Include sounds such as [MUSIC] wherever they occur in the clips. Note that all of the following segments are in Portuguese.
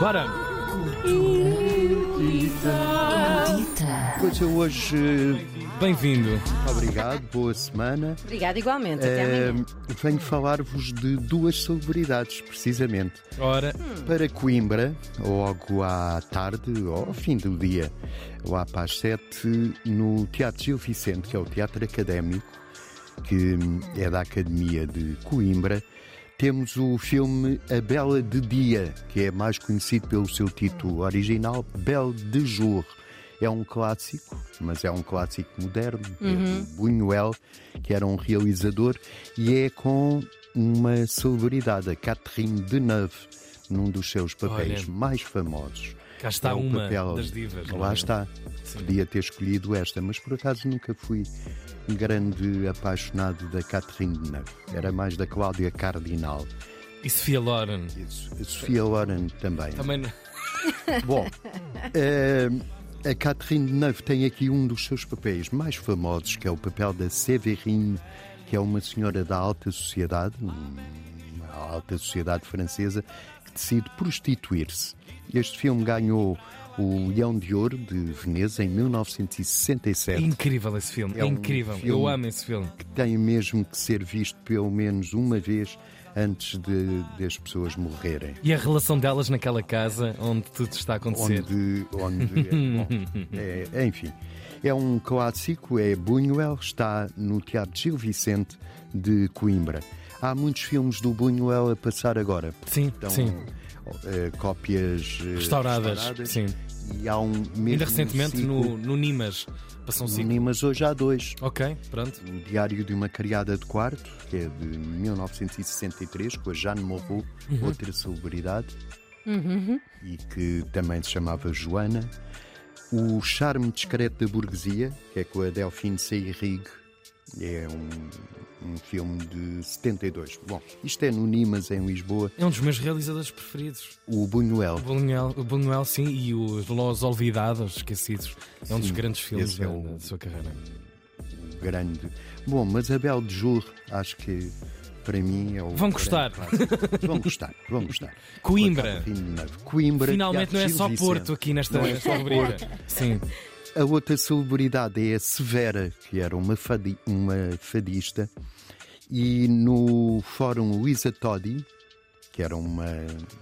Bora! Pois eu hoje. eh, Bem-vindo. Obrigado, boa semana. Obrigada igualmente. Até Eh, Ehm, amanhã. venho falar-vos de duas celebridades, precisamente. Ora, Para Coimbra, logo à tarde, ou ao fim do dia, lá para as sete, no Teatro Gil Vicente, que é o teatro académico, que hum, é da Academia de Coimbra, temos o filme A Bela de Dia, que é mais conhecido pelo seu título original, Belle de Jour. É um clássico, mas é um clássico moderno, é de Buñuel, que era um realizador, e é com uma celebridade, a Catherine Deneuve, num dos seus papéis Olha. mais famosos. cá está É um uma papel- das divas. não Lá é? está. Podia ter escolhido esta, mas por acaso nunca fui um grande apaixonado da Catherine Deneuve. Era mais da Cláudia Cardinal. E Sofia Loren. E a Sofia Loren também. Também não- Bom, eh, a Catherine Deneuve tem aqui um dos seus papéis mais famosos, que é o papel da Séverine, que é uma senhora da alta sociedade, uma alta sociedade francesa, que decide prostituir-se. Este filme ganhou o Leão de Ouro de Veneza em 1967. É incrível esse filme. É um incrível. Eu filme- amo esse filme. que tem mesmo que ser visto pelo menos uma vez antes de, das pessoas morrerem. E a relação delas naquela casa onde tudo está a acontecer. Onde, [LAUGHS] onde bom, é, enfim, é um clássico, é Buñuel, está no Teatro Gil Vicente de Coimbra. Há muitos filmes do Buñuel a passar agora. porque Sim, estão, sim. eh, cópias eh, Restauradas, sim. E há um mesmo Ainda recentemente ciclo, no, no Nimas. Passou um ciclo. Mas hoje há dois. Ok, pronto. O Diário de uma Criada de Quarto, que é de 1963, com a Jeanne Moreau, outra celebridade, e que também se chamava Joana. O Charme Discreto da Burguesia, que é com a Delphine Seyrig, é um, um filme de 72. Bom, isto é no Nimas, em Lisboa. É um dos meus realizadores preferidos. O Buñuel, O Buñuel, o Buñuel sim, e os Los Olvidados, esquecidos. É um dos grandes filmes esse é da, o- da sua carreira. grande. Bom, mas a Belle de Jour, acho que para mim é o. Vão grande gostar. clássico. [LAUGHS] vão gostar, vão gostar. Coimbra. Coimbra. Finalmente não é Teatro só Gil Vicente. Porto aqui nesta Não é nesta só rubrica. Sim. A outra celebridade é a Severa, que era uma, fadi- uma fadista, e no Fórum Luisa Todi, que era uma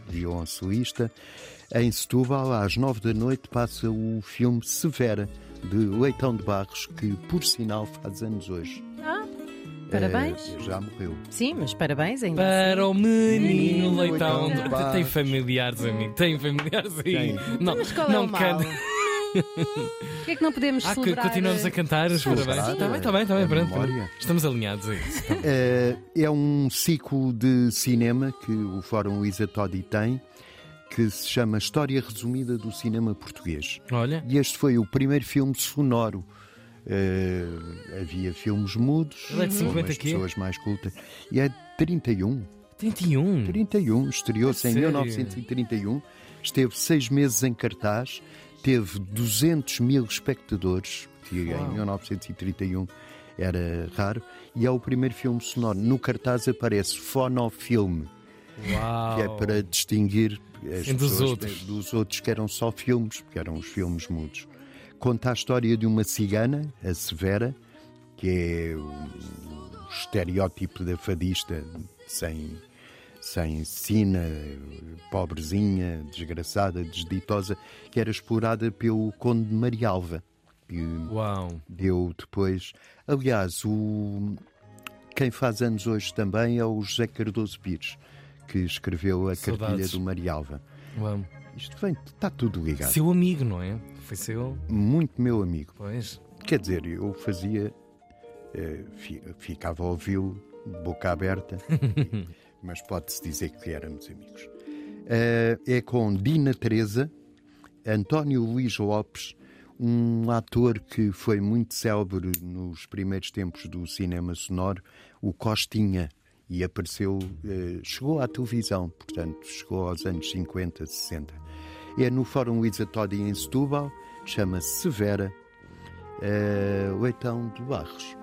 violoncelista, em Setúbal, às nove da noite, passa o filme Severa, de Leitão de Barros, que, por sinal, faz anos hoje. Parabéns. Eh, já morreu. Sim, mas parabéns ainda. Para o menino Menino então, Hum. leitão. Leitão de Barros. Tem familiares, amigo. Tem familiares aí. Não, Mas qual é não o mal? canta. Porquê é que não podemos Ah, que celebrar? eh, continuamos a cantar os parabéns. Está bem, está bem, está bem. A pronto. eh, memória. Estamos alinhados a isso. Eh, é um ciclo de cinema que o Fórum Luísa Todi tem, que se chama História Resumida do Cinema Português. Olha, E este foi o primeiro filme sonoro. Eh, havia filmes mudos, Ele é de com 50 umas quê? pessoas mais cultas. E é de 31. 31. 31, estreou-se em Sério? 1931, esteve seis meses em cartaz, teve 200 mil espectadores, que em 1931 era raro, e é o primeiro filme sonoro. No cartaz aparece Fonofilme, Uau. que é para distinguir as Sim, dos pessoas outros. dos outros que eram só filmes, porque eram os filmes mudos. Conta a história de uma cigana, a Severa, que é o estereótipo da fadista, sem, sem sina, pobrezinha, desgraçada, desditosa, que era explorada pelo Conde de Marialva, que Uau. deu depois. Aliás, o... quem faz anos hoje também é o José Cardoso Pires, que escreveu a cartilha Saudades. do Marialva. Uau. Isto vem, está tudo ligado. Seu amigo, não é? Foi seu. Muito meu amigo. Pois. Quer dizer, eu fazia, eh, fi- ficava a ouvi-lo, de boca aberta, e- mas pode-se dizer que éramos amigos. Eh, é com Dina Teresa, António Luís Lopes, um ator que foi muito célebre nos primeiros tempos do cinema sonoro, o Costinha, e apareceu, eh, chegou à televisão, portanto, chegou aos anos 50, 60. É no Fórum Luísa Todi em É Setúbal, chama-se Severa, eh, Leitão de Barros.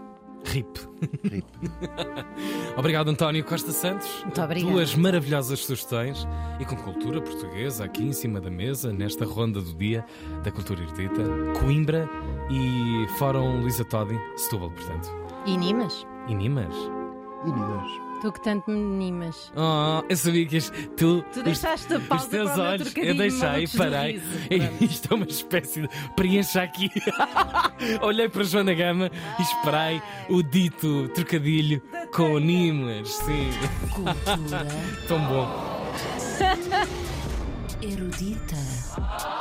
RIP. Rip. [LAUGHS] Obrigado, António Costa Santos. Muito obrigada. Duas maravilhosas sugestões e com cultura portuguesa aqui em cima da mesa, nesta ronda do dia da cultura erudita, Coimbra e Fórum Luísa Todi, Setúbal, portanto. E Nimas? E Nimas. E Nimas. Tu que tanto me nimas. Oh, eu sabia que este, tu. Tu deixaste a pausa os teus para o meu olhos, eu trocadilho deixei, malucos do parei. riso. [LAUGHS] Isto é uma espécie de preencha aqui. [LAUGHS] Olhei para Joana Gama e esperei o dito trocadilho com Nimas. Sim, [LAUGHS] Cultura tão bom. erudita.